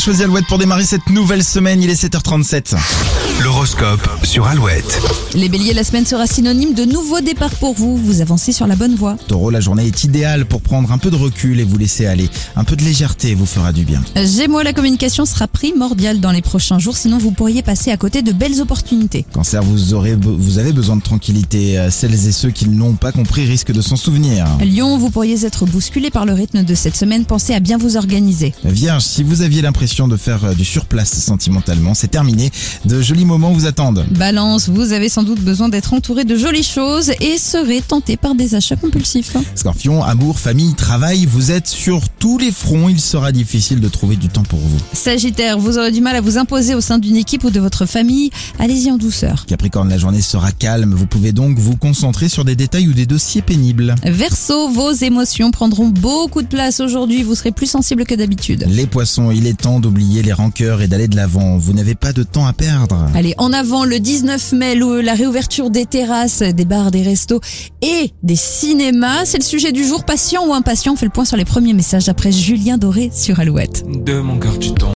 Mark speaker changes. Speaker 1: Choisi Alouette pour démarrer cette nouvelle semaine, il est 7h37.
Speaker 2: L'horoscope sur Alouette.
Speaker 3: Les béliers, la semaine sera synonyme de nouveaux départs pour vous. Vous avancez sur la bonne voie.
Speaker 1: Taureau, la journée est idéale pour prendre un peu de recul et vous laisser aller. Un peu de légèreté vous fera du bien.
Speaker 3: Gémeaux, la communication sera primordiale dans les prochains jours, sinon vous pourriez passer à côté de belles opportunités.
Speaker 1: Cancer, vous, aurez, be- vous avez besoin de tranquillité. Euh, Celles et ceux qui ne l'ont pas compris risquent de s'en souvenir.
Speaker 3: Lion, vous pourriez être bousculé par le rythme de cette semaine. Pensez à bien vous organiser.
Speaker 1: Vierge, si vous aviez l'impression de faire euh, du surplace sentimentalement, c'est terminé. De jolis moments vous attendent.
Speaker 3: Balance, vous avez sans doute besoin d'être entouré de jolies choses et serez tenté par des achats compulsifs. hein.
Speaker 1: Scorpion, amour, famille, travail, vous êtes sur tous les fronts. Il sera difficile de trouver du temps pour vous.
Speaker 3: Sagittaire, vous aurez du mal à vous imposer au sein d'une équipe ou de votre famille. Allez-y en douceur.
Speaker 1: Capricorne, la journée sera calme. Vous pouvez donc vous concentrer sur des détails ou des dossiers pénibles.
Speaker 3: Verseau, vos émotions prendront beaucoup de place aujourd'hui. Vous serez plus sensible que d'habitude.
Speaker 1: Les poissons, il est temps d'oublier les rancœurs et d'aller de l'avant. Vous n'avez pas de temps à perdre.
Speaker 3: Allez, en avant le 19 mai, le- la réouverture des terrasses, des bars, des restos et des cinémas. C'est le sujet du jour. Patient ou impatient, on fait le point sur les premiers messages après Julien Doré sur Alouette.
Speaker 4: De mon cœur tu tombes.